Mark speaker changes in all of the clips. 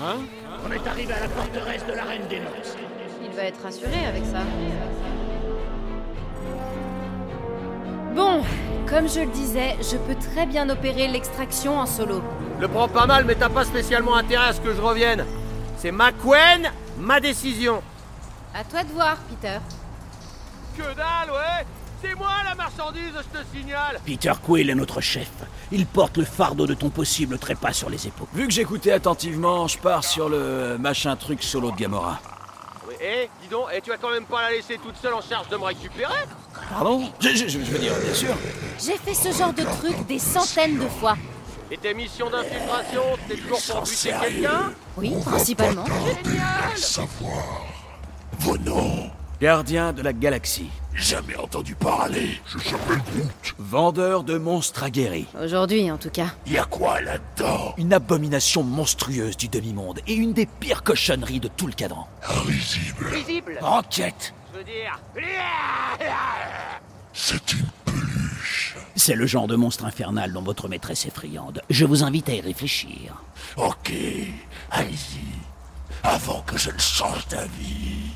Speaker 1: Hein
Speaker 2: On est arrivé à la forteresse de la Reine des Noces.
Speaker 3: Il va être rassuré avec ça. Bon, comme je le disais, je peux très bien opérer l'extraction en solo.
Speaker 1: Le prends pas mal, mais t'as pas spécialement intérêt à ce que je revienne. C'est ma couenne, ma décision.
Speaker 3: À toi de voir, Peter.
Speaker 1: Que dalle, ouais C'est moi la marchandise, je te signale
Speaker 2: Peter Quill est notre chef. Il porte le fardeau de ton possible trépas sur les épaules.
Speaker 4: Vu que j'écoutais attentivement, je pars sur le euh, machin truc solo de Gamora.
Speaker 1: Oui, Eh, dis donc, et tu vas quand même pas la laisser toute seule en charge de me récupérer
Speaker 4: Pardon je, je- je veux dire, bien sûr.
Speaker 3: J'ai fait ce genre de truc des centaines de fois.
Speaker 1: Et tes missions d'infiltration, c'était toujours pour buter quelqu'un
Speaker 3: Oui, principalement.
Speaker 5: Savoir vos noms.
Speaker 4: Gardien de la galaxie.
Speaker 5: Jamais entendu parler. Je s'appelle Groot.
Speaker 4: Vendeur de monstres aguerris.
Speaker 3: Aujourd'hui, en tout cas.
Speaker 5: Y a quoi là-dedans
Speaker 4: Une abomination monstrueuse du demi-monde et une des pires cochonneries de tout le cadran.
Speaker 5: Risible.
Speaker 1: Visible
Speaker 4: Enquête
Speaker 1: Je veux dire...
Speaker 5: C'est une peluche.
Speaker 2: C'est le genre de monstre infernal dont votre maîtresse est friande. Je vous invite à y réfléchir.
Speaker 5: Ok, allez-y. Avant que je ne change d'avis.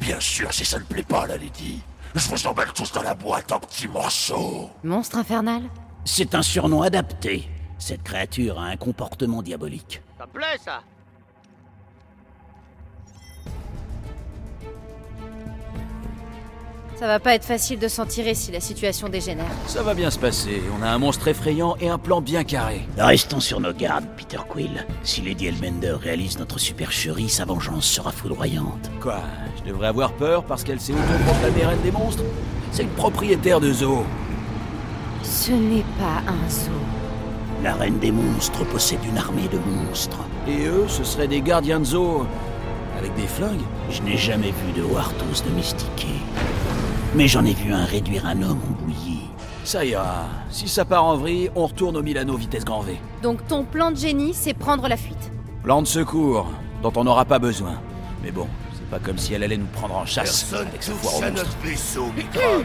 Speaker 5: Bien sûr, si ça ne plaît pas à la Lady, je vous emmène tous dans la boîte en petits morceaux.
Speaker 3: Monstre infernal
Speaker 2: C'est un surnom adapté. Cette créature a un comportement diabolique.
Speaker 1: Ça me plaît, ça
Speaker 3: Ça va pas être facile de s'en tirer si la situation dégénère.
Speaker 4: Ça va bien se passer, on a un monstre effrayant et un plan bien carré.
Speaker 2: Restons sur nos gardes, Peter Quill. Si Lady Elmender réalise notre supercherie, sa vengeance sera foudroyante.
Speaker 4: Quoi Je devrais avoir peur parce qu'elle s'est autoproclamée reine des monstres C'est le propriétaire de Zoo.
Speaker 3: Ce n'est pas un zoo.
Speaker 2: La reine des monstres possède une armée de monstres.
Speaker 4: Et eux, ce seraient des gardiens de Zoo. Avec des flingues
Speaker 2: Je n'ai jamais vu de Warthos domestiqué. Mais j'en ai vu un réduire un homme en bouillie.
Speaker 4: Ça ira. Si ça part en vrille, on retourne au Milano vitesse grand V.
Speaker 3: Donc ton plan de génie, c'est prendre la fuite.
Speaker 4: Plan de secours, dont on n'aura pas besoin. Mais bon, c'est pas comme si elle allait nous prendre en chasse avec sa foire aux monstres.
Speaker 5: vaisseau, microbe.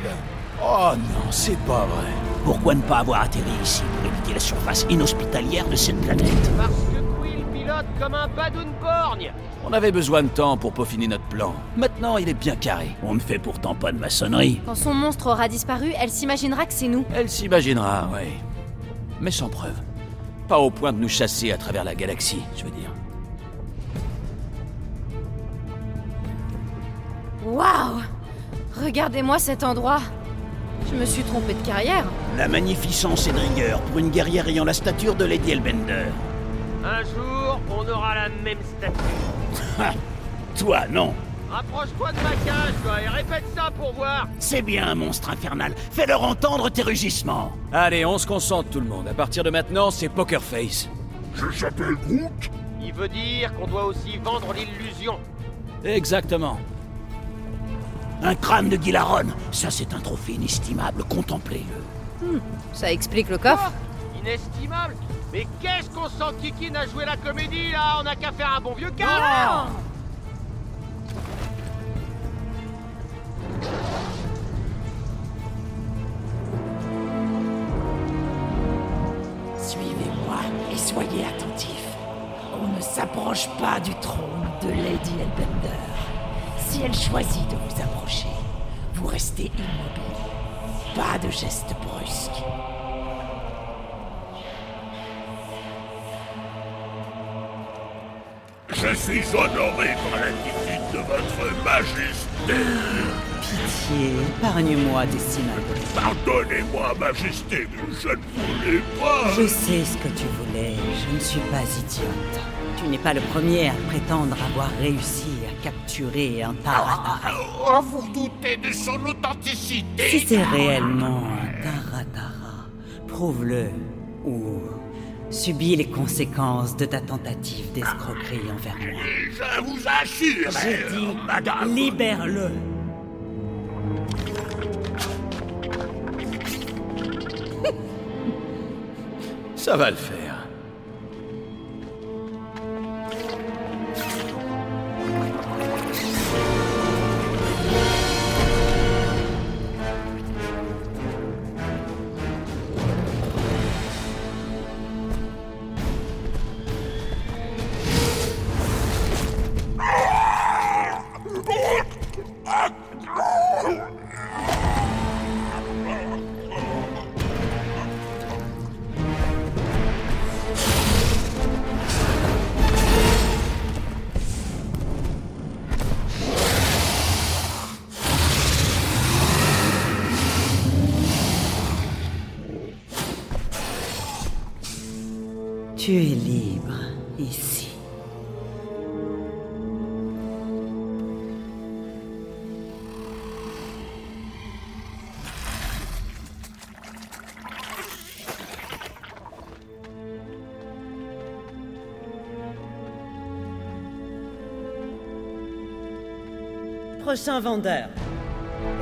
Speaker 4: Oh non, c'est pas vrai.
Speaker 2: Pourquoi ne pas avoir atterri ici pour éviter la surface inhospitalière de cette planète
Speaker 1: Parce que Quill pilote comme un badoune borgne
Speaker 4: On avait besoin de temps pour peaufiner notre plan. Maintenant, il est bien carré.
Speaker 2: On ne fait pourtant pas de maçonnerie.
Speaker 3: Quand son monstre aura disparu, elle s'imaginera que c'est nous.
Speaker 4: Elle s'imaginera, oui. Mais sans preuve. Pas au point de nous chasser à travers la galaxie, je veux dire.
Speaker 3: Waouh Regardez-moi cet endroit Je me suis trompée de carrière.
Speaker 2: La magnificence est de rigueur pour une guerrière ayant la stature de Lady Elbender.
Speaker 1: Un jour, on aura la même statue.
Speaker 2: Ha Toi, non.
Speaker 1: Rapproche-toi de ma cage, toi, et répète ça pour voir
Speaker 2: C'est bien un monstre infernal. Fais-leur entendre tes rugissements.
Speaker 4: Allez, on se concentre tout le monde. À partir de maintenant, c'est Poker Face.
Speaker 5: Je s'appelle Groot.
Speaker 1: Il veut dire qu'on doit aussi vendre l'illusion.
Speaker 4: Exactement.
Speaker 2: Un crâne de Gilaron, ça c'est un trophée inestimable. Contemplez-le.
Speaker 3: Ça explique le
Speaker 1: Ah,
Speaker 3: coffre.
Speaker 1: Inestimable Mais qu'est-ce qu'on s'enquiquine à jouer la comédie, là On n'a qu'à faire un bon vieux quart
Speaker 6: Suivez-moi et soyez attentifs. On ne s'approche pas du trône de Lady Elbender. Si elle choisit de vous approcher, vous restez immobile. Pas de gestes brusques.
Speaker 5: Je suis honoré par la visite de votre majesté.
Speaker 7: Pitié, épargne-moi, Décima.
Speaker 5: Pardonnez-moi, majesté, mais je ne voulais pas.
Speaker 7: Je sais ce que tu voulais, je ne suis pas idiote. Tu n'es pas le premier à prétendre avoir réussi à capturer un Taratara.
Speaker 5: Oh, vous doutez de son authenticité.
Speaker 7: Si c'est réellement un Taratara, prouve-le ou subis les conséquences de ta tentative d'escroquerie envers moi.
Speaker 5: Je vous assure,
Speaker 7: J'ai
Speaker 5: euh,
Speaker 7: dit,
Speaker 5: madame.
Speaker 7: libère-le.
Speaker 4: Ça va le faire.
Speaker 7: Tu es libre ici. Prochain vendeur.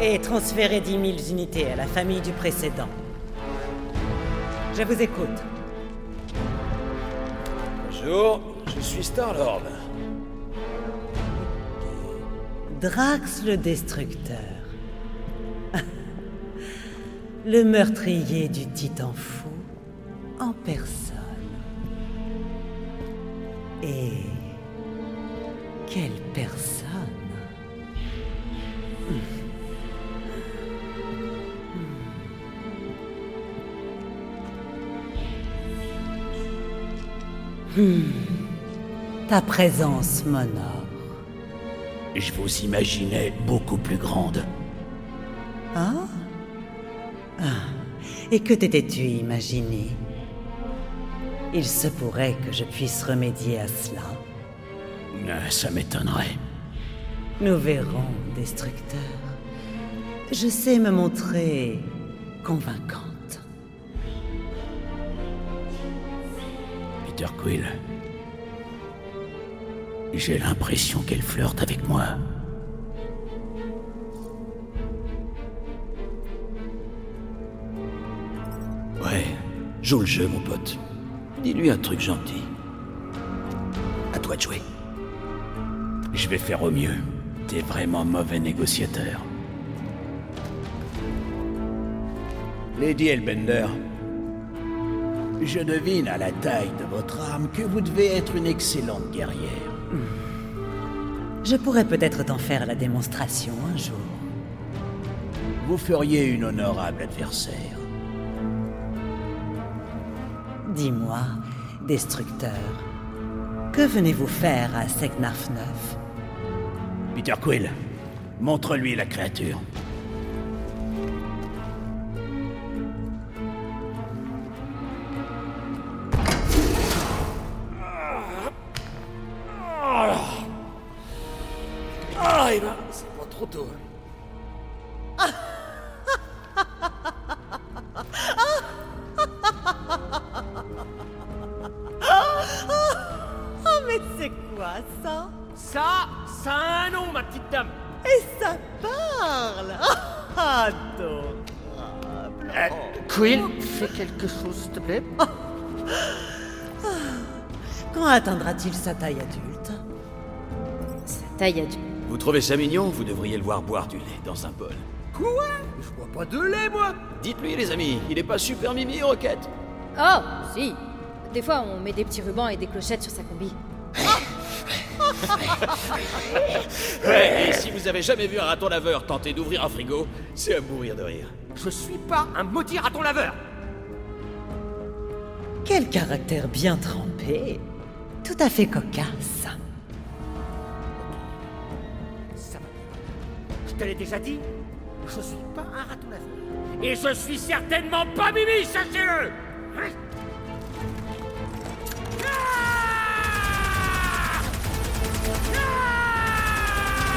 Speaker 7: Et transférez 10 000 unités à la famille du précédent. Je vous écoute.
Speaker 4: Bonjour, je suis Star-Lord.
Speaker 7: Drax le Destructeur. le meurtrier du titan fou en personne. Et quelle personne Hmm. Ta présence m'honore.
Speaker 2: Je vous imaginais beaucoup plus grande.
Speaker 7: Ah Ah, et que t'étais-tu imaginé Il se pourrait que je puisse remédier à cela.
Speaker 2: Euh, Ça m'étonnerait.
Speaker 7: Nous verrons, destructeur. Je sais me montrer convaincante.
Speaker 2: Peter Quill. J'ai l'impression qu'elle flirte avec moi.
Speaker 4: Ouais, joue le jeu, mon pote. Dis-lui un truc gentil. À toi de jouer.
Speaker 2: Je vais faire au mieux. T'es vraiment mauvais négociateur.
Speaker 4: Lady Elbender,
Speaker 2: Je devine à la taille de votre âme que vous devez être une excellente guerrière.
Speaker 7: Je pourrais peut-être t'en faire la démonstration un jour.
Speaker 2: Vous feriez une honorable adversaire.
Speaker 7: Dis-moi, destructeur, que venez-vous faire à Segnarf 9
Speaker 2: Peter Quill, montre-lui la créature.
Speaker 5: Ah, et ben, c'est pas trop tôt.
Speaker 7: Oh, mais c'est quoi ça
Speaker 1: Ça, ça a un nom, ma petite dame.
Speaker 7: Et ça parle Ah, donc
Speaker 1: Quill, fais quelque chose, s'il te plaît.
Speaker 7: Quand atteindra-t-il sa taille adulte
Speaker 3: Sa taille a du...
Speaker 4: vous trouvez ça mignon Vous devriez le voir boire du lait dans un bol.
Speaker 1: Quoi Je bois pas de lait, moi.
Speaker 4: Dites-lui, les amis, il est pas super mimi, Rocket
Speaker 3: Oh, si Des fois, on met des petits rubans et des clochettes sur sa combi.
Speaker 4: Ouais, et si vous avez jamais vu un raton laveur tenter d'ouvrir un frigo, c'est à mourir de rire.
Speaker 1: Je suis pas un maudit raton laveur.
Speaker 7: Quel caractère bien trempé Tout à fait cocasse
Speaker 1: Ça va. Je te l'ai déjà dit, je suis pas un raton laveur. Et je suis certainement pas Mimi, sachez-le Hein Ah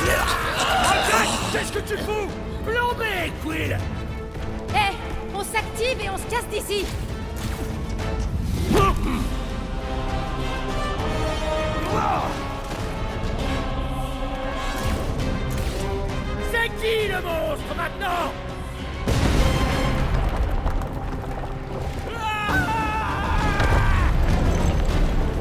Speaker 1: Ah Rocket, Qu'est-ce que tu fous Plombé, Quill
Speaker 3: Hé Eh! On s'active et on se casse d'ici
Speaker 1: C'est qui le monstre maintenant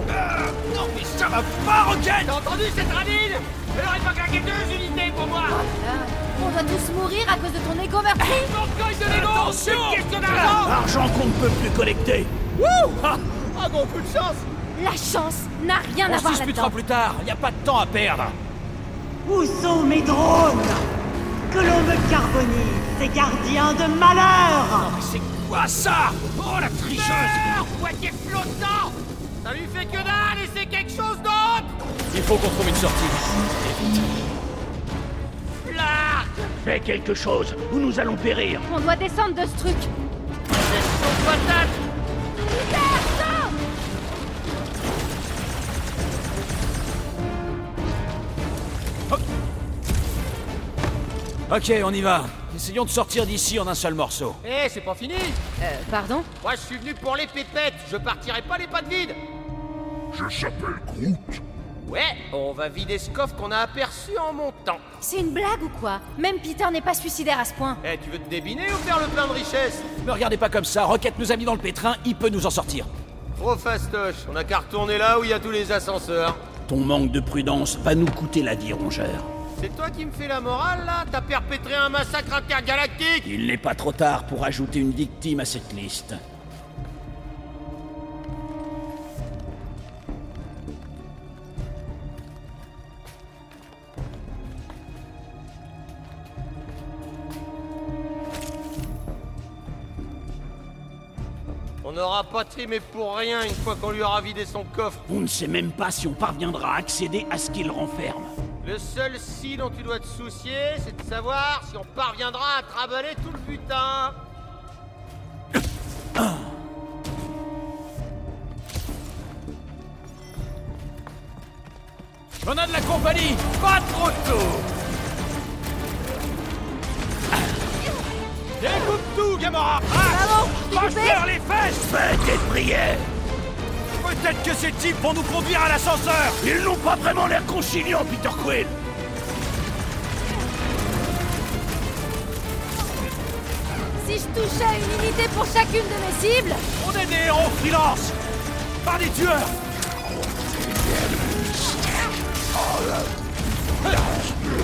Speaker 1: Ah
Speaker 4: Non, mais ça va pas, Rocket
Speaker 1: T'as entendu cette radine Alors il faut claquer deux unités pour moi
Speaker 3: Ah, On va tous mourir à cause de ton égo meurtrier
Speaker 1: Ton cogne de l'égo Attention question d'argent
Speaker 2: Argent qu'on ne peut plus collecter
Speaker 1: Wouh Ah, ah bon, plus de chance
Speaker 3: La chance n'a rien à
Speaker 4: On se
Speaker 3: voir là-dedans
Speaker 4: disputera plus tard, y a pas de temps à perdre
Speaker 8: Où sont mes drones Que l'on me carbonise, ces gardiens de malheur
Speaker 4: C'est quoi ça Oh, la tricheuse
Speaker 1: Meurs, Boîtier flottant Ça lui fait que dalle et c'est quelque chose d'autre
Speaker 4: Il faut qu'on trouve une sortie.
Speaker 1: Là
Speaker 2: Fais quelque chose, ou nous allons périr
Speaker 3: On doit descendre de ce truc
Speaker 1: Patate
Speaker 3: Putain, attends
Speaker 4: Ok, on y va. Essayons de sortir d'ici en un seul morceau.
Speaker 1: Eh, c'est pas fini
Speaker 3: Euh, pardon
Speaker 1: Moi, je suis venu pour les pépettes, je partirai pas les pattes vides
Speaker 5: Je s'appelle Groot.
Speaker 1: Ouais, on va vider ce coffre qu'on a aperçu en montant.
Speaker 3: C'est une blague ou quoi Même Peter n'est pas suicidaire à ce point.
Speaker 1: Eh, tu veux te débiner ou faire le plein de richesses
Speaker 4: Me regardez pas comme ça, Rocket nous a mis dans le pétrin, il peut nous en sortir.
Speaker 1: Trop fastoche, on a qu'à retourner là où il y a tous les ascenseurs.
Speaker 2: Ton manque de prudence va nous coûter la vie, rongeur.
Speaker 1: C'est toi qui me fais la morale, là T'as perpétré un massacre intergalactique
Speaker 2: Il n'est pas trop tard pour ajouter une victime à cette liste.
Speaker 1: On n'aura pas trimé pour rien une fois qu'on lui aura vidé son coffre.
Speaker 2: On ne sait même pas si on parviendra à accéder à ce qu'il renferme.
Speaker 1: Le seul si dont tu dois te soucier, c'est de savoir si on parviendra à traballer tout le putain
Speaker 4: On a de la compagnie Pas trop tôt
Speaker 1: Découpe tout, Gamora
Speaker 4: Mange-leur les fesses
Speaker 2: Peut-être prière
Speaker 4: Peut-être que ces types vont nous conduire à l'ascenseur
Speaker 2: Ils n'ont pas vraiment l'air conciliants, Peter Quill
Speaker 3: Si je touchais une unité pour chacune de mes cibles,
Speaker 4: On est des héros freelance Par des tueurs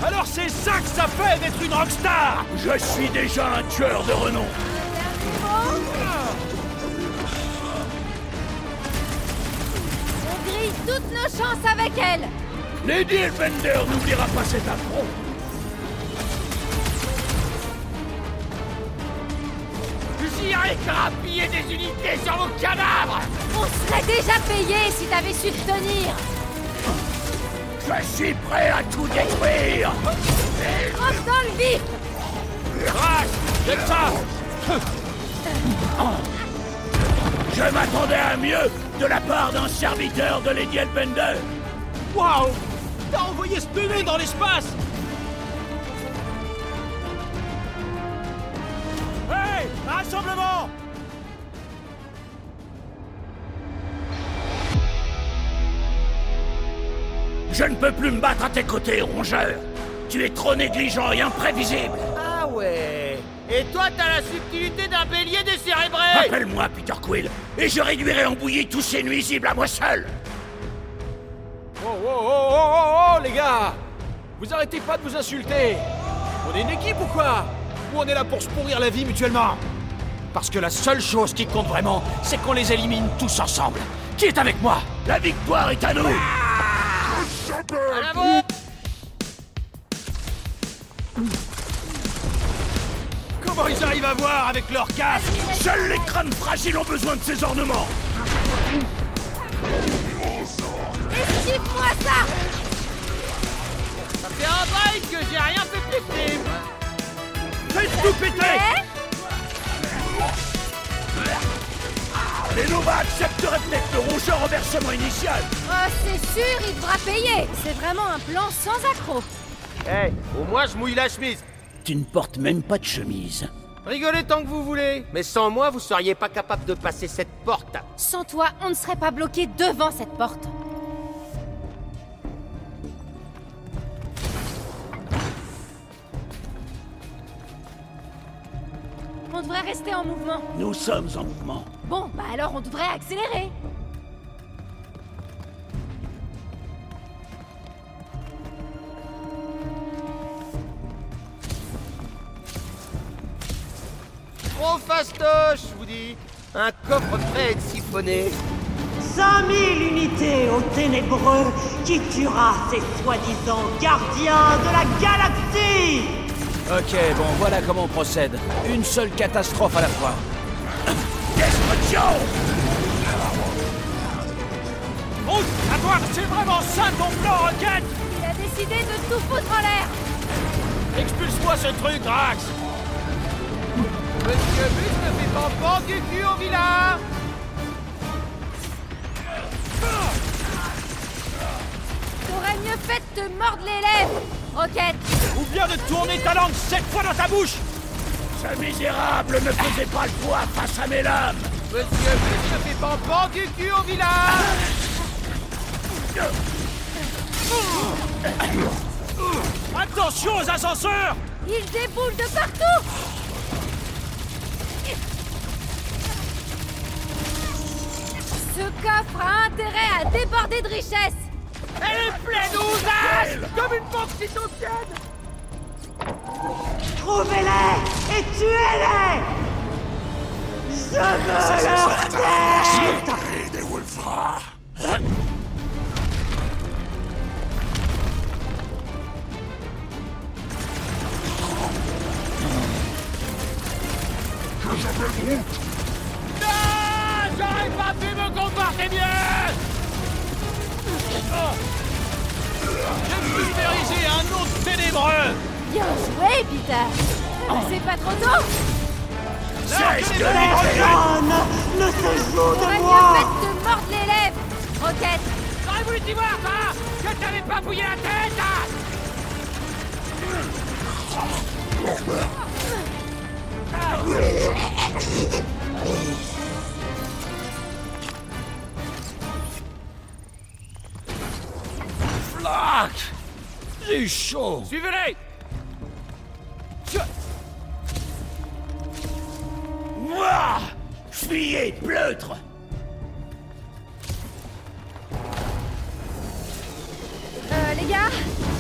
Speaker 4: Alors c'est ça que ça fait d'être une rockstar
Speaker 2: Je suis déjà un tueur de renom
Speaker 3: on grille toutes nos chances avec elle.
Speaker 2: Lady Elbender n'oubliera pas cet affront
Speaker 1: J'irai grappiller des unités sur vos cadavres
Speaker 3: On serait déjà payé si t'avais su te tenir.
Speaker 2: Je suis prêt à tout détruire
Speaker 3: Rentre dans le vif
Speaker 2: Je m'attendais à mieux de la part d'un serviteur de Lady Elbender
Speaker 4: Waouh T'as envoyé ce bébé dans l'espace Hey Rassemblement
Speaker 2: Je ne peux plus me battre à tes côtés, rongeur Tu es trop négligent et imprévisible
Speaker 1: Ah ouais Et toi, t'as la subtilité d'un bélier décérébré
Speaker 2: Appelle-moi Peter Quill, et je réduirai en bouillie tous ces nuisibles à moi seul
Speaker 4: Oh, oh, oh, oh, oh, oh, les gars Vous arrêtez pas de vous insulter On est une équipe ou quoi Ou on est là pour se pourrir la vie mutuellement Parce que la seule chose qui compte vraiment, c'est qu'on les élimine tous ensemble Qui est avec moi
Speaker 2: La victoire est à nous
Speaker 1: À la vôtre
Speaker 4: Comment ils arrivent à voir avec leur casque
Speaker 2: Seuls les crânes fragiles ont besoin de ces ornements
Speaker 3: Esquive-moi ça
Speaker 1: Ça fait un bail que j'ai rien fait péter
Speaker 2: Faites tout péter
Speaker 3: hein?
Speaker 2: Les Nova accepteraient peut-être le rongeur en versement initial
Speaker 3: Oh, c'est sûr, il devra payer C'est vraiment un plan sans accroc
Speaker 1: Eh, au moins je mouille la chemise
Speaker 2: Tu ne portes même pas de chemise.
Speaker 1: Rigolez tant que vous voulez, mais sans moi, vous seriez pas capable de passer cette porte.
Speaker 3: Sans toi, on ne serait pas bloqué devant cette porte. On devrait rester en mouvement.
Speaker 2: Nous sommes en mouvement.
Speaker 3: Bon, bah alors on devrait accélérer.
Speaker 1: Trop fastoche, je vous dis. Un coffre prêt à être siphonné.
Speaker 8: 5000 unités au ténébreux qui tuera ces soi-disant gardiens de la galaxie
Speaker 4: Ok, bon, voilà comment on procède. Une seule catastrophe à la fois.
Speaker 2: Destruction
Speaker 4: Oh, à voir, c'est vraiment ça ton plan, Rocket
Speaker 3: Il a décidé de tout foutre en l'air.
Speaker 4: Expulse-moi ce truc, Rax
Speaker 1: Monsieur Bus ne fait pas bon du cul au vilain
Speaker 3: T'aurais mieux fait de te mordre les lèvres. Rocket
Speaker 1: Ou bien de tourner ta langue sept fois dans ta bouche
Speaker 2: Ce misérable ne faisait pas le poids face à mes lames
Speaker 1: Monsieur, vous ne fait pampan du cul au village Attention aux ascenseurs
Speaker 3: Il déboule de partout Ce coffre a intérêt à déborder de richesses
Speaker 1: Elle est pleine aux as Comme une banque citoyenne
Speaker 9: Trouvez-les et tuez-les Je veux leur tête
Speaker 2: Taré des Wolfras
Speaker 1: Ah, J'aurais pas pu me comporter mieux Oh. J'ai pulvérisé un autre ténébreux
Speaker 3: Bien joué, Peter Ah, C'est pas trop tôt
Speaker 1: Largue les balles.
Speaker 9: Personne ne se joue
Speaker 3: On va
Speaker 9: de
Speaker 3: bien
Speaker 9: moi
Speaker 3: mettre de mordre les lèvres Rocket
Speaker 1: J'aurais voulu t'y voir, hein Que t'avais pas bouillé la tête hein
Speaker 2: Flac J'ai eu chaud
Speaker 1: Suivez-les
Speaker 2: Moi Fuyez, pleutre
Speaker 3: Euh, les gars,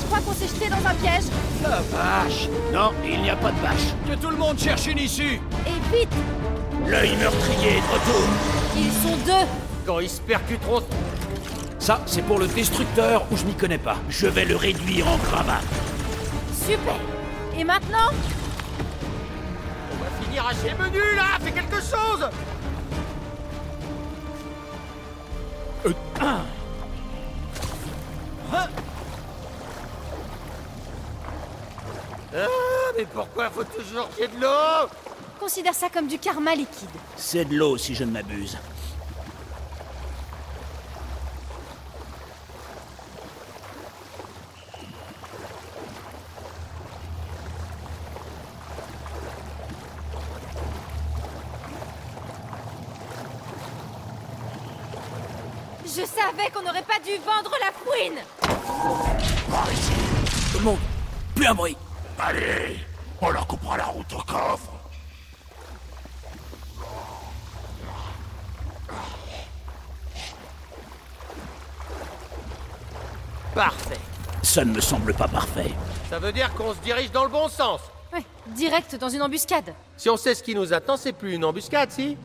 Speaker 3: je crois qu'on s'est jeté dans un piège.
Speaker 1: La vache
Speaker 2: Non, il n'y a pas de vache.
Speaker 1: Que tout le monde cherche une issue
Speaker 3: Et vite
Speaker 2: L'œil meurtrier est de retour
Speaker 3: Ils sont deux
Speaker 1: Quand ils se percuteront... Ça, c'est pour le destructeur où je m'y connais pas.
Speaker 2: Je vais le réduire en grabat.
Speaker 3: Super Et maintenant
Speaker 1: On va finir à chez Menu, là Fais quelque chose Euh, ah, Hein Ah, mais pourquoi faut toujours qu'il y ait de l'eau
Speaker 3: Considère ça comme du karma liquide.
Speaker 10: C'est de l'eau si je ne m'abuse.
Speaker 3: Je savais qu'on n'aurait pas dû vendre la fouine
Speaker 10: Tout le monde, plus un bruit
Speaker 2: Allez, on leur coupera la route au coffre.
Speaker 1: Parfait.
Speaker 10: Ça ne me semble pas parfait.
Speaker 1: Ça veut dire qu'on se dirige dans le bon sens.
Speaker 3: Ouais, direct dans une embuscade.
Speaker 1: Si on sait ce qui nous attend, c'est plus une embuscade, si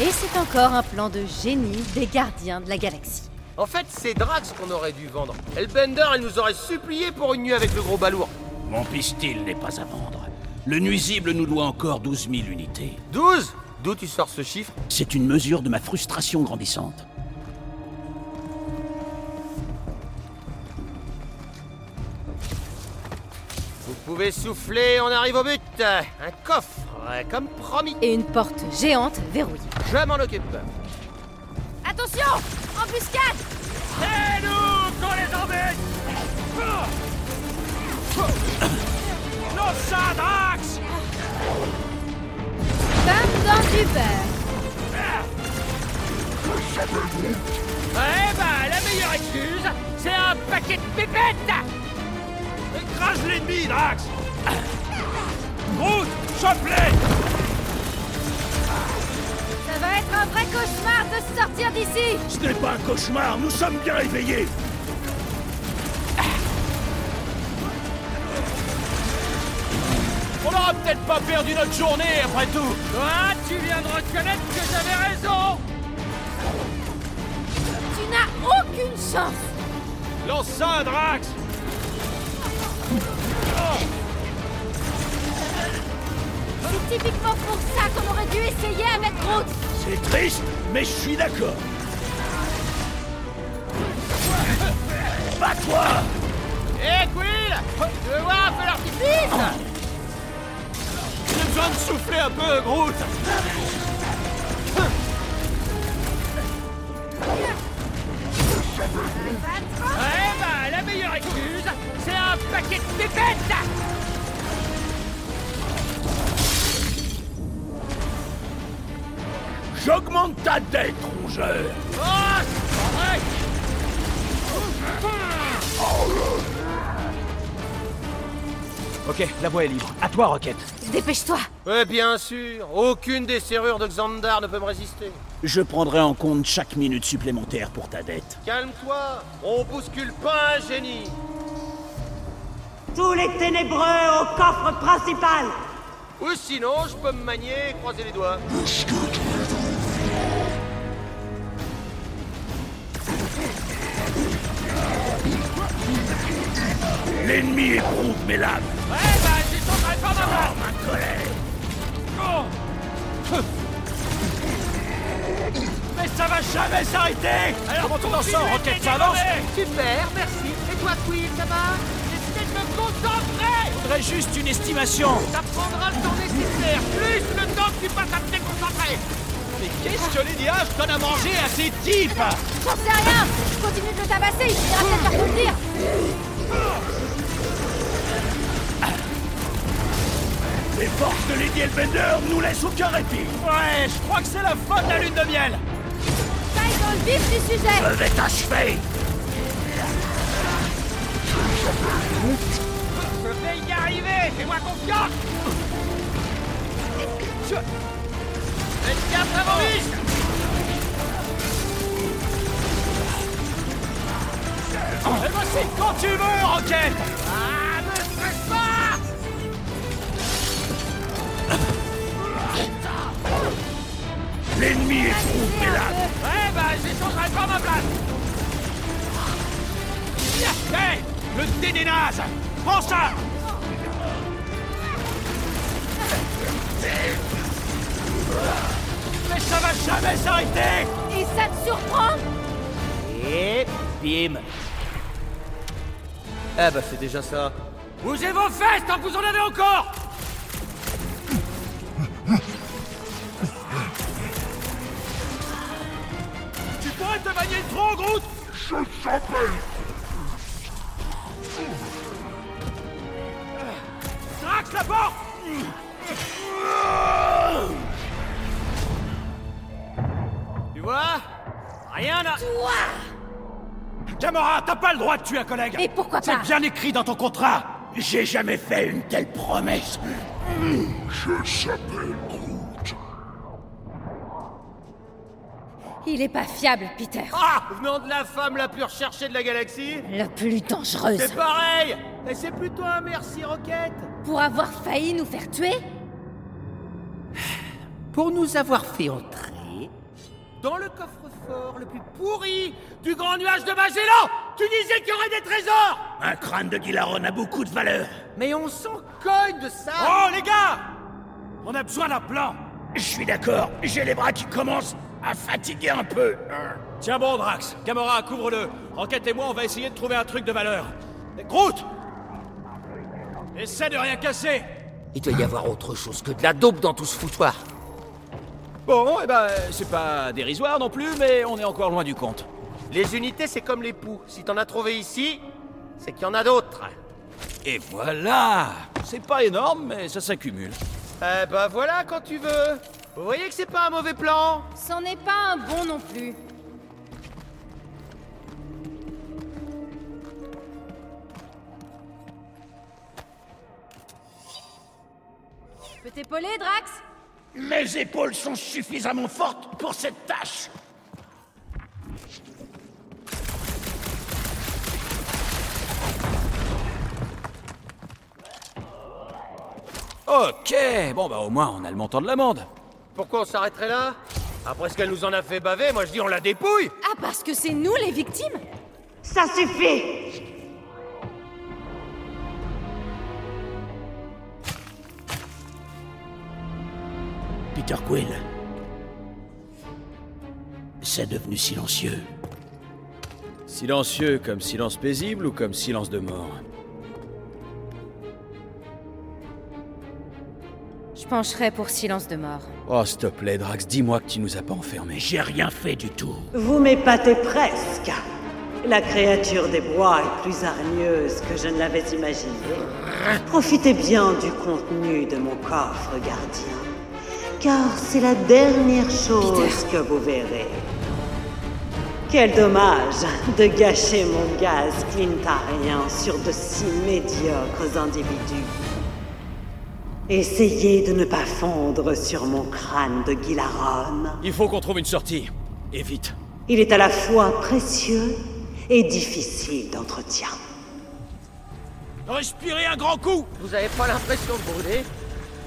Speaker 3: Et c'est encore un plan de génie des gardiens de la galaxie.
Speaker 1: En fait, c'est Drax qu'on aurait dû vendre. Hellbender, elle nous aurait supplié pour une nuit avec le gros balourd.
Speaker 10: Mon pistil n'est pas à vendre. Le nuisible nous doit encore 12 000 unités.
Speaker 1: 12 D'où tu sors ce chiffre
Speaker 10: C'est une mesure de ma frustration grandissante.
Speaker 1: Vous pouvez souffler, on arrive au but. Un coffre, euh, comme promis.
Speaker 3: Et une porte géante verrouillée.
Speaker 1: Je m'en occupe.
Speaker 3: Attention Embuscade
Speaker 1: C'est nous qu'on les embête Non, ça, Drax
Speaker 3: Comme dans du beurre
Speaker 1: Eh ben, la meilleure excuse, c'est un paquet de pépettes Écrase l'ennemi, Drax Groot, chope-les
Speaker 3: Ça va être un vrai cauchemar de se sortir d'ici
Speaker 2: Ce n'est pas un cauchemar, nous sommes bien réveillés.
Speaker 1: On aura peut-être pas perdu notre journée après tout Toi, tu viens de reconnaître que j'avais raison
Speaker 3: Tu n'as aucune chance
Speaker 1: Lance ça, Drax
Speaker 3: C'est typiquement pour ça qu'on aurait dû essayer avec Groot
Speaker 2: C'est triste, mais je suis d'accord. Bats-toi
Speaker 1: Hé, Quill Tu veux voir un peu l'artifice J'ai besoin de souffler un peu, Groot Eh ben, la meilleure excuse, c'est un paquet
Speaker 11: J'augmente ta dette, rongeur
Speaker 4: Ok, la voie est libre. À toi, Roquette.
Speaker 3: Dépêche-toi
Speaker 1: Ouais, Eh bien sûr. Aucune des serrures de Xandar ne peut me résister.
Speaker 2: Je prendrai en compte chaque minute supplémentaire pour ta dette.
Speaker 1: Calme-toi. On bouscule pas un génie.
Speaker 7: Tous les ténébreux au coffre principal
Speaker 1: Ou sinon, je peux me manier et croiser les doigts.
Speaker 11: L'ennemi éprouve mes lames
Speaker 4: bah, Oh. Mais ça va jamais s'arrêter Alors, montons ensemble, Roquette, ça avance
Speaker 1: Super, merci. Et toi, Quill, ça va Est-ce que je me concentrerai
Speaker 4: faudrait juste une estimation.
Speaker 1: Ça prendra le temps nécessaire, plus le temps que tu passes à te déconcentrer.
Speaker 4: Mais qu'est-ce que les diables donnent à manger à ces types
Speaker 3: J'en sais rien Je continue de le tabasser, il finira peut-être par nous le dire
Speaker 11: Les forces de Lady Elvender nous laissent aucun répit
Speaker 4: Ouais, je crois que c'est la faute de la lune de miel
Speaker 3: Taille dans le vif du sujet
Speaker 11: Je vais t'achever
Speaker 1: Je vais y arriver, fais-moi confiance Je... Faites gaffe à vos riches
Speaker 4: Et voici quand tu veux, Roquette
Speaker 1: Ah, ne stresse pas
Speaker 11: L'ennemi éprouve mes lames
Speaker 1: Ouais, bah, j'échangerai pas ma place
Speaker 4: Hé Le dé des nazes Prends ça Mais ça va jamais s'arrêter
Speaker 3: Et ça te surprend
Speaker 1: Et bim Ah bah c'est déjà ça. Bougez vos fesses tant que vous en avez encore
Speaker 4: Tu pourrais te manier trop, Groot Je s'appelle Traque la porte
Speaker 1: Tu vois Rien à...
Speaker 4: Gamora, t'as pas le droit de tuer un collègue
Speaker 3: Et pourquoi pas
Speaker 4: C'est bien écrit dans ton contrat
Speaker 2: J'ai jamais fait une telle promesse.
Speaker 3: Il est pas fiable, Peter.
Speaker 1: Ah Venant de la femme la plus recherchée de la galaxie
Speaker 3: La plus dangereuse.
Speaker 1: C'est pareil Et c'est plutôt un merci Roquette
Speaker 3: Pour avoir failli nous faire tuer
Speaker 12: Pour nous avoir fait entrer,
Speaker 1: Dans le coffre-fort le plus pourri du grand nuage de Magellan Tu disais qu'il y aurait des trésors
Speaker 2: Un crâne de Guilaron a beaucoup de valeur.
Speaker 1: Mais on s'en cogne de ça
Speaker 4: Oh, les gars On a besoin d'un plan
Speaker 2: Je suis d'accord, j'ai les bras qui commencent à fatiguer un peu.
Speaker 4: Tiens bon, Drax Gamora, couvre-le Enquête et moi, on va essayer de trouver un truc de valeur Et Groot Essaie de rien casser
Speaker 12: il doit y avoir autre chose que de la dope dans tout ce foutoir.
Speaker 4: Bon, eh ben, c'est pas dérisoire non plus, mais on est encore loin du compte.
Speaker 1: Oh. Les unités, c'est comme les poux. Si t'en as trouvé ici, c'est qu'il y en a d'autres.
Speaker 4: Et voilà C'est pas énorme, mais ça s'accumule.
Speaker 1: Eh ben voilà quand tu veux. Vous voyez que c'est pas un mauvais plan
Speaker 3: C'en est pas un bon non plus. Je peux t'épauler, Drax
Speaker 2: Mes épaules sont suffisamment fortes pour cette tâche.
Speaker 4: Ok Bon, bah au moins, on a le montant de l'amende.
Speaker 1: Pourquoi on s'arrêterait là Après ce qu'elle nous en a fait baver, moi je dis on la dépouille
Speaker 3: Ah, parce que c'est nous les victimes
Speaker 7: Ça suffit
Speaker 2: Peter Quill. C'est devenu silencieux.
Speaker 4: Silencieux comme silence paisible ou comme silence de mort
Speaker 3: Je pencherai pour silence de mort.
Speaker 4: Oh, s'il te plaît, Drax, dis-moi que tu nous as pas enfermés.
Speaker 2: J'ai rien fait du tout.
Speaker 7: Vous m'épatez presque. La créature des bois est plus hargneuse que je ne l'avais imaginé. Profitez bien du contenu de mon coffre gardien. car c'est la dernière chose
Speaker 13: Peter.
Speaker 7: que vous verrez. Quel dommage de gâcher mon gaz clintarien sur de si médiocres individus. Essayez de ne pas fondre sur mon crâne de Guilaron.
Speaker 2: Il faut qu'on trouve une sortie. Et vite.
Speaker 7: Il est à la fois précieux et difficile d'entretien.
Speaker 2: Respirez un grand coup
Speaker 1: Vous avez pas l'impression de brûler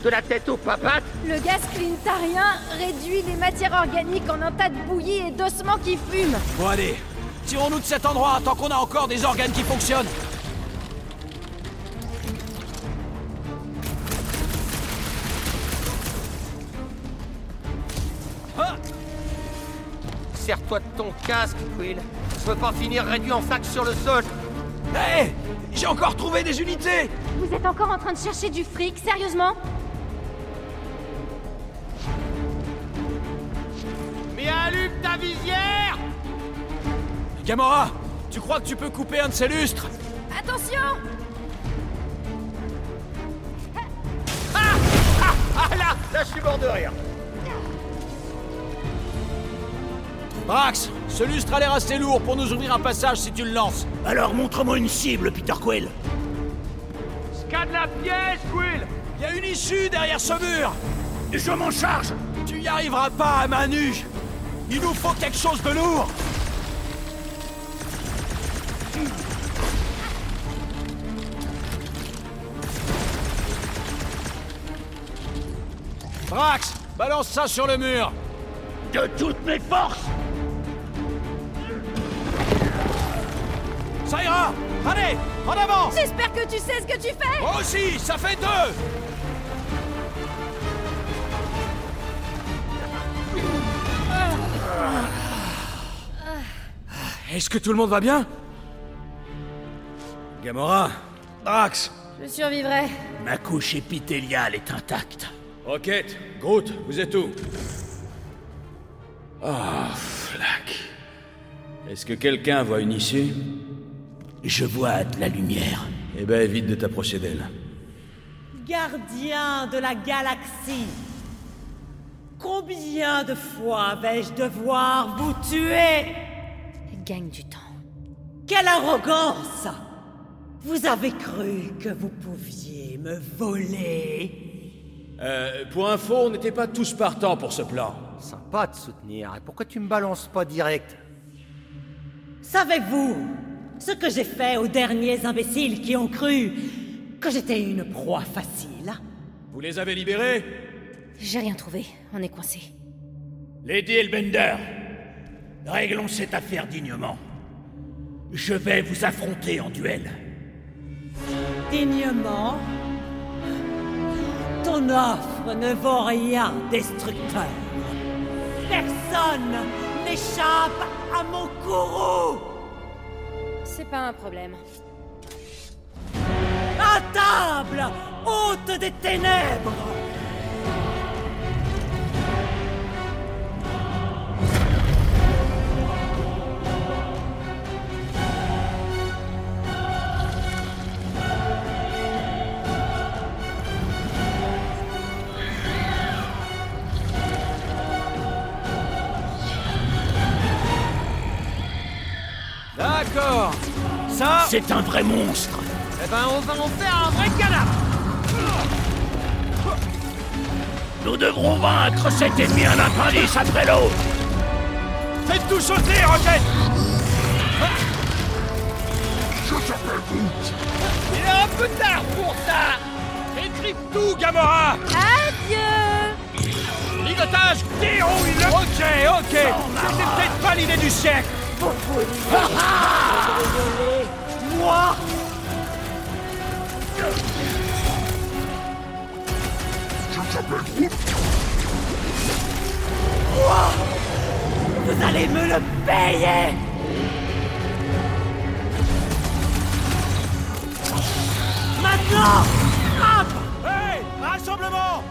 Speaker 1: De la tête aux papates
Speaker 3: Le gaz clintarien réduit les matières organiques en un tas de bouillies et d'ossements qui fument.
Speaker 2: Bon allez, tirons-nous de cet endroit tant qu'on a encore des organes qui fonctionnent.
Speaker 1: Serre-toi de ton casque, Quill. Je veux pas finir réduit en flaque sur le sol.
Speaker 2: Hé J'ai encore trouvé des unités
Speaker 3: Vous êtes encore en train de chercher du fric, sérieusement
Speaker 1: Mais allume ta visière
Speaker 2: Gamora, tu crois que tu peux couper un de ces lustres
Speaker 3: Attention
Speaker 1: Ah là Là, je suis mort de rire.
Speaker 2: Brax, ce lustre a l'air assez lourd pour nous ouvrir un passage si tu le lances.
Speaker 4: Alors montre-moi une cible, Peter Quill.
Speaker 1: Scanne la pièce, Quill
Speaker 2: Il y a une issue derrière ce mur
Speaker 4: Je m'en charge
Speaker 2: Tu y arriveras pas à main nue Il nous faut quelque chose de lourd Brax, balance ça sur le mur
Speaker 4: De toutes mes forces
Speaker 2: Ça ira Allez, en avant
Speaker 3: J'espère que tu sais ce que tu fais
Speaker 2: Moi aussi, ça fait deux Est-ce que tout le monde va bien Gamora Drax
Speaker 3: Je survivrai.
Speaker 4: Ma couche épithéliale est intacte.
Speaker 2: Rocket Groot, vous êtes où Ah, flac. Est-ce que quelqu'un voit une issue
Speaker 4: Je vois de la lumière.
Speaker 2: Eh ben, évite de t'approcher d'elle.
Speaker 7: Gardien de la galaxie, combien de fois vais-je devoir vous tuer
Speaker 3: Gagne du temps.
Speaker 7: Quelle arrogance Vous avez cru que vous pouviez me voler
Speaker 2: Euh, pour info, on n'était pas tous partants pour ce plan.
Speaker 1: Sympa de soutenir. Et pourquoi tu me balances pas direct
Speaker 7: Savez-vous ce que j'ai fait aux derniers imbéciles qui ont cru que j'étais une proie facile
Speaker 2: Vous les avez libérés
Speaker 3: J'ai rien trouvé, on est coincé.
Speaker 4: Lady Elbender, réglons cette affaire dignement. Je vais vous affronter en duel.
Speaker 7: Dignement Ton offre ne vaut rien, destructeur. Personne n'échappe à mon courroux
Speaker 3: C'est pas un problème.
Speaker 7: À table, hôte des ténèbres
Speaker 2: D'accord Ça,
Speaker 4: C'est un vrai monstre.
Speaker 2: eh ben, on va en faire un vrai cadavre
Speaker 4: Nous devrons vaincre cet ennemi un appendice après l'autre.
Speaker 2: Faites tout sauter, Rocket
Speaker 14: Je t'appelle Groot
Speaker 2: Il est un peu tard pour ça Écris tout, Gamora
Speaker 3: Adieu
Speaker 2: Ligotage Dérouille-le Ok, ok C'était peut-être pas l'idée du siècle
Speaker 7: Moi
Speaker 14: Je t'appelle Groot
Speaker 7: Vous allez me le payer Maintenant
Speaker 2: Hey Rassemblement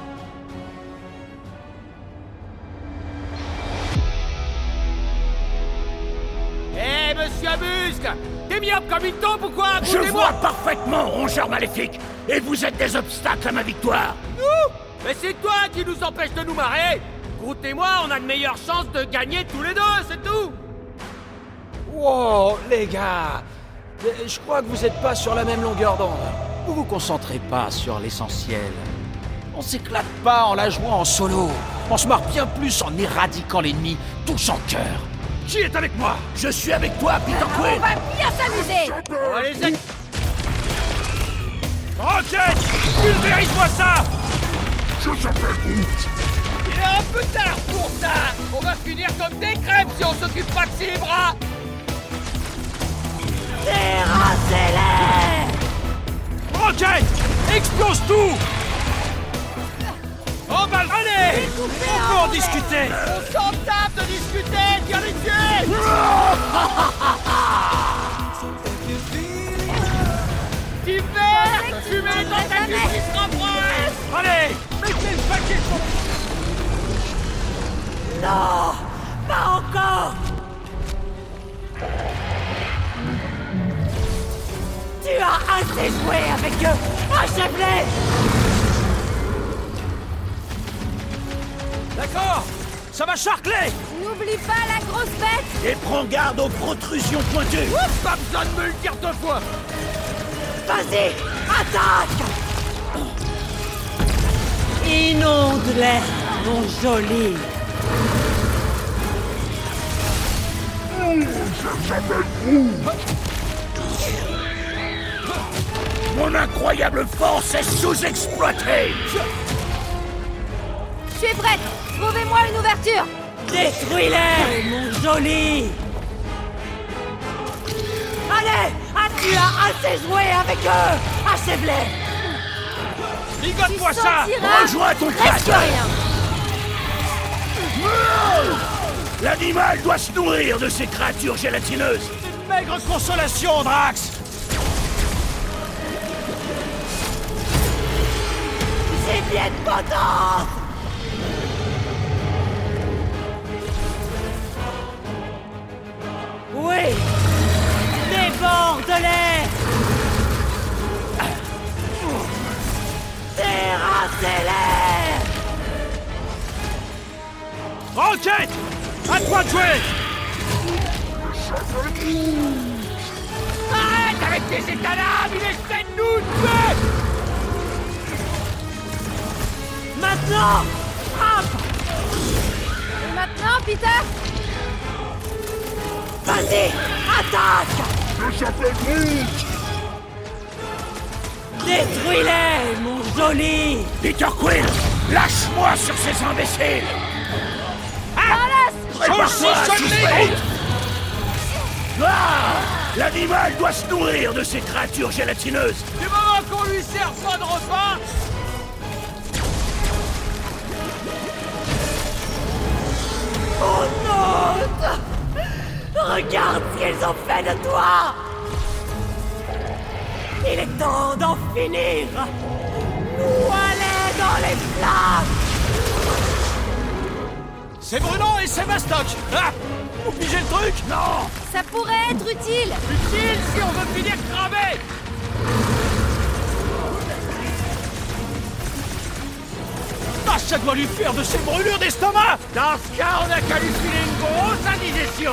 Speaker 1: Eh, monsieur Abusque T'es myope comme une tombe ou quoi
Speaker 4: Je
Speaker 1: Écoutez-moi
Speaker 4: vois parfaitement, rongeur maléfique, et vous êtes des obstacles à ma victoire.
Speaker 1: Nous
Speaker 15: Mais c'est toi qui nous empêche de nous marrer Groot et moi, on a de meilleures chances de gagner tous les deux, c'est tout
Speaker 4: Wow, les gars Euh, Je crois que vous n'êtes pas sur la même longueur d'onde. Vous vous concentrez pas sur l'essentiel. On s'éclate pas en la jouant en solo. On se marre bien plus en éradiquant l'ennemi, tous en cœur. Qui est avec moi Je suis avec toi, Peter Quinn
Speaker 3: Bien s'amuser
Speaker 1: Oh,
Speaker 15: Allez,
Speaker 2: Rocket Pulvérise-moi ça
Speaker 15: Il est un peu tard pour ça On va finir comme des crêpes si on s'occupe pas de ses bras
Speaker 2: Rocket Explose tout Oh bah, allez On peut en discuter
Speaker 15: On s'en tape de discuter, dire les tuer Divers Fumée dans ta vie qui se rapproche
Speaker 2: Allez Mettez le paquet
Speaker 7: Oh,
Speaker 4: D'accord Ça va charcler
Speaker 3: N'oublie pas la grosse bête
Speaker 2: Et prends garde aux protrusions pointues
Speaker 15: Pas besoin de me le dire deux fois
Speaker 7: Inonde-les, mon joli
Speaker 2: Mon incroyable force est sous-exploitée
Speaker 3: Je suis prête Trouvez-moi une ouverture
Speaker 7: Détruis-les, mon joli
Speaker 2: Ligote-moi ça
Speaker 3: sentiras
Speaker 2: Rejoins ton
Speaker 3: Presque
Speaker 2: crâne
Speaker 3: rien
Speaker 2: L'animal doit se nourrir de ces créatures gélatineuses Maigre consolation, Drax
Speaker 7: Oui Déborde-les
Speaker 2: Rocket À toi de jouer
Speaker 15: Arrête avec tes étalades Il essaie de nous tuer
Speaker 7: Maintenant
Speaker 3: Et maintenant, Peter
Speaker 7: Détruis-les, mon joli
Speaker 2: Peter Quill Lâche-moi sur ces imbéciles Ah,
Speaker 3: Balance
Speaker 2: Prépare-toi à souffrir. Ah L'animal doit se nourrir de ces créatures gélatineuses
Speaker 15: Du moment qu'on lui sert pas de repas
Speaker 6: Regarde ce qu'elles ont fait de toi Il est temps d'en finir Nous aller dans les flammes
Speaker 4: C'est Bruno et Sébastoc Ah Vous pigez le truc Non
Speaker 3: Ça pourrait être utile
Speaker 15: Utile si on veut finir cramé
Speaker 4: Ah, ça doit lui faire de ses brûlures d'estomac
Speaker 15: Dans ce cas, on a qu'à lui filer une grosse indigestion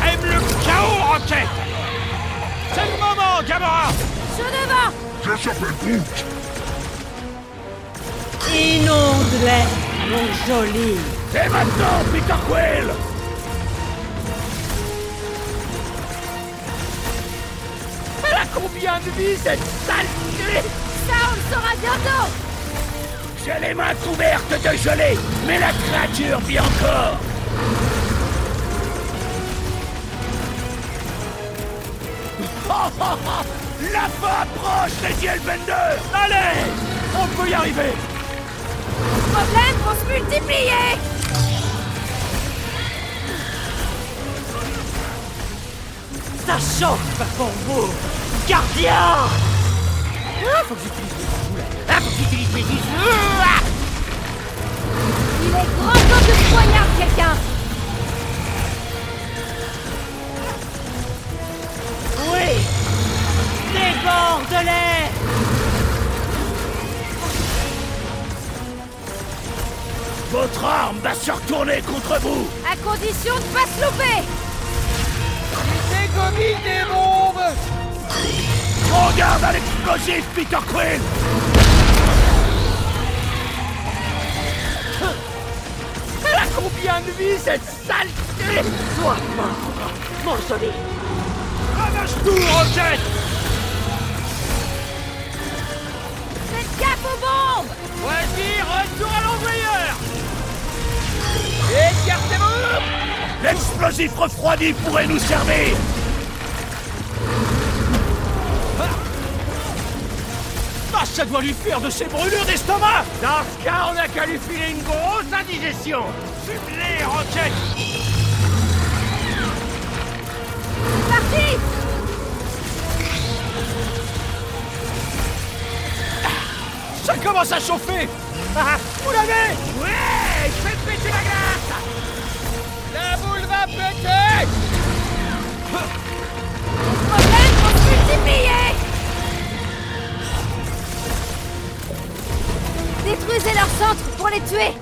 Speaker 15: Arrête
Speaker 2: Aime le chaos, Rocket
Speaker 4: C'est le moment, Gamora
Speaker 3: Je devant
Speaker 7: Inonde-les, mon joli
Speaker 2: Et maintenant, Peter Quill
Speaker 15: Elle a combien de vies cette sale clé
Speaker 3: Ça, Ah, on le saura bientôt
Speaker 2: J'ai les mains couvertes de gelée, mais la créature vit encore La fin approche des Dielbenders Allez On peut y arriver
Speaker 3: Problème pour se multiplier
Speaker 7: Ça chauffe pour vous Gardien Ah,
Speaker 3: Il est grand temps de poignarder quelqu'un
Speaker 7: Oui Déborde-les
Speaker 2: vous
Speaker 3: À condition de pas se louper
Speaker 1: J'ai commis des bombes
Speaker 2: Regarde à l'explosif, Peter Quill
Speaker 16: Elle a Hum. Ah, combien de vies, cette saleté
Speaker 17: Toi, mort, mon joli.
Speaker 2: Ravage tout, Roger
Speaker 3: Faites gaffe aux bombes
Speaker 1: Vas-y, retour à l'envoyeur Écartez-vous
Speaker 2: L'explosif refroidi pourrait nous servir
Speaker 4: Ah, ça doit lui faire de ses brûlures d'estomac
Speaker 1: Dans ce cas, on n'a qu'à lui filer une grosse indigestion
Speaker 2: Fume-les, Roger
Speaker 3: C'est parti
Speaker 4: Ça commence à chauffer Ah, Vous l'avez
Speaker 1: Ouais Je vais te péter la glace La boule va péter
Speaker 3: Problème pour se multiplier Détruisez leur centre pour les tuer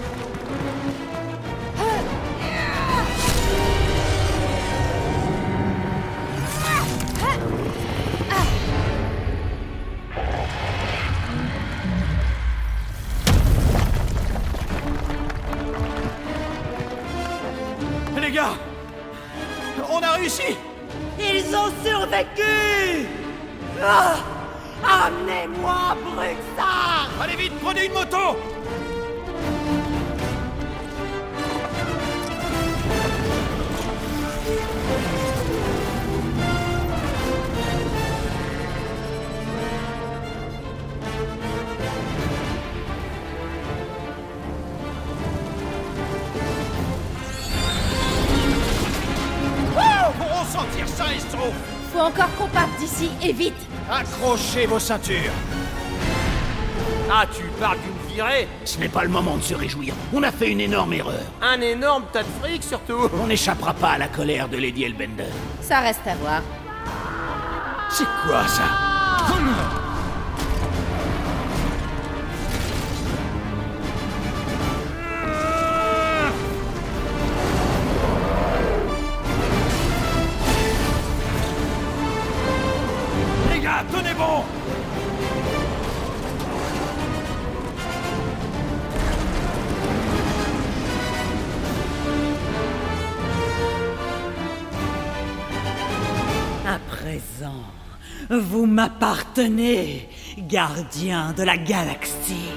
Speaker 4: Les gars On a réussi
Speaker 17: Ils ont survécu Ah Amenez-moi, Bruxard
Speaker 4: Allez vite, prenez une moto Wouh Pour ressentir ça, ils sont...
Speaker 3: Faut encore qu'on parte d'ici, et vite
Speaker 4: Accrochez vos ceintures
Speaker 1: Ah, tu parles d'une virée
Speaker 2: Ce n'est pas le moment de se réjouir. On a fait une énorme erreur.
Speaker 1: Un énorme tas de fric, surtout
Speaker 2: On n'échappera pas à la colère de Lady Elbender.
Speaker 3: Ça reste à voir.
Speaker 4: C'est quoi ça
Speaker 2: Les gars, tenez bon
Speaker 7: À présent, vous m'appartenez, gardien de la galaxie.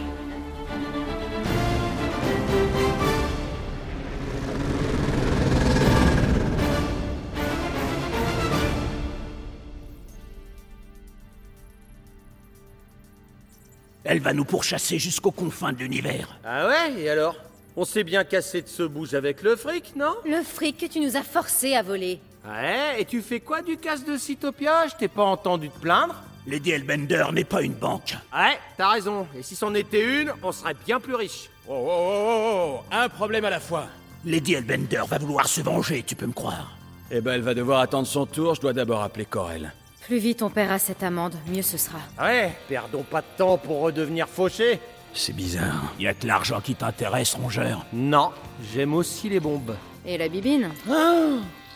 Speaker 2: Elle va nous pourchasser jusqu'aux confins de l'univers.
Speaker 1: Ah ouais Et alors On s'est bien cassé de ce bouge avec le fric, non
Speaker 3: Le fric que tu nous as forcé à voler.
Speaker 1: Ouais, et tu fais quoi du casse de Cytopia Je t'ai pas entendu te plaindre
Speaker 2: Lady Elbender n'est pas une banque.
Speaker 1: Ouais, t'as raison. Et si c'en était une, on serait bien plus riche.
Speaker 4: Oh, oh, oh, oh, oh, un problème à la fois.
Speaker 2: Lady Elbender va vouloir se venger, tu peux me croire.
Speaker 4: Eh ben, elle va devoir attendre son tour. Je dois d'abord appeler Corel.
Speaker 3: Plus vite on paiera cette amende, mieux ce sera.
Speaker 1: Ouais, perdons pas de temps pour redevenir fauchés.
Speaker 4: C'est bizarre.
Speaker 2: Y a que l'argent qui t'intéresse, rongeur.
Speaker 1: Non, j'aime aussi les bombes.
Speaker 3: Et la bibine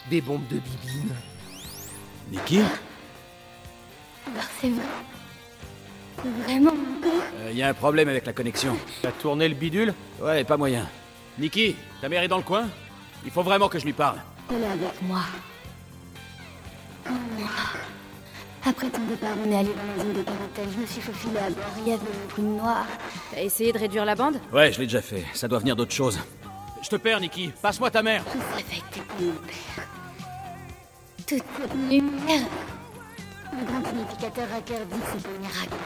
Speaker 1: Des bombes de bibine.
Speaker 4: Nikki
Speaker 18: C'est vrai. Vraiment.
Speaker 4: Il Euh, y a un problème avec la connexion.
Speaker 1: T'as tourné le bidule
Speaker 4: Ouais, pas moyen. Nikki, ta mère est dans le coin Il faut vraiment que je lui parle.
Speaker 18: Elle est avec moi. Oh, Après ton départ, on est allé dans la zone de quarantaine. Je me suis faufilée à bord. Il y avait une brume noire.
Speaker 3: T'as essayé de réduire la bande
Speaker 4: Ouais, je l'ai déjà fait. Ça doit venir d'autre chose. Je te perds, Nikki. Passe-moi ta mère.
Speaker 18: Je savais que t'étais mon père. Toute cette lumière. Un grand significateur à cœur dit que c'est un miracle.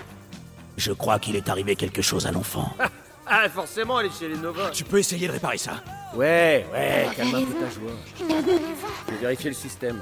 Speaker 2: Je crois qu'il est arrivé quelque chose à l'enfant.
Speaker 1: Ah, forcément, elle est chez les Nova.
Speaker 4: Tu peux essayer de réparer ça.
Speaker 1: Ouais, ouais,
Speaker 18: Il
Speaker 1: calme
Speaker 18: avait
Speaker 1: un peu
Speaker 18: raison.
Speaker 1: ta joie.
Speaker 18: Il avait raison.
Speaker 1: Je vais vérifier le système.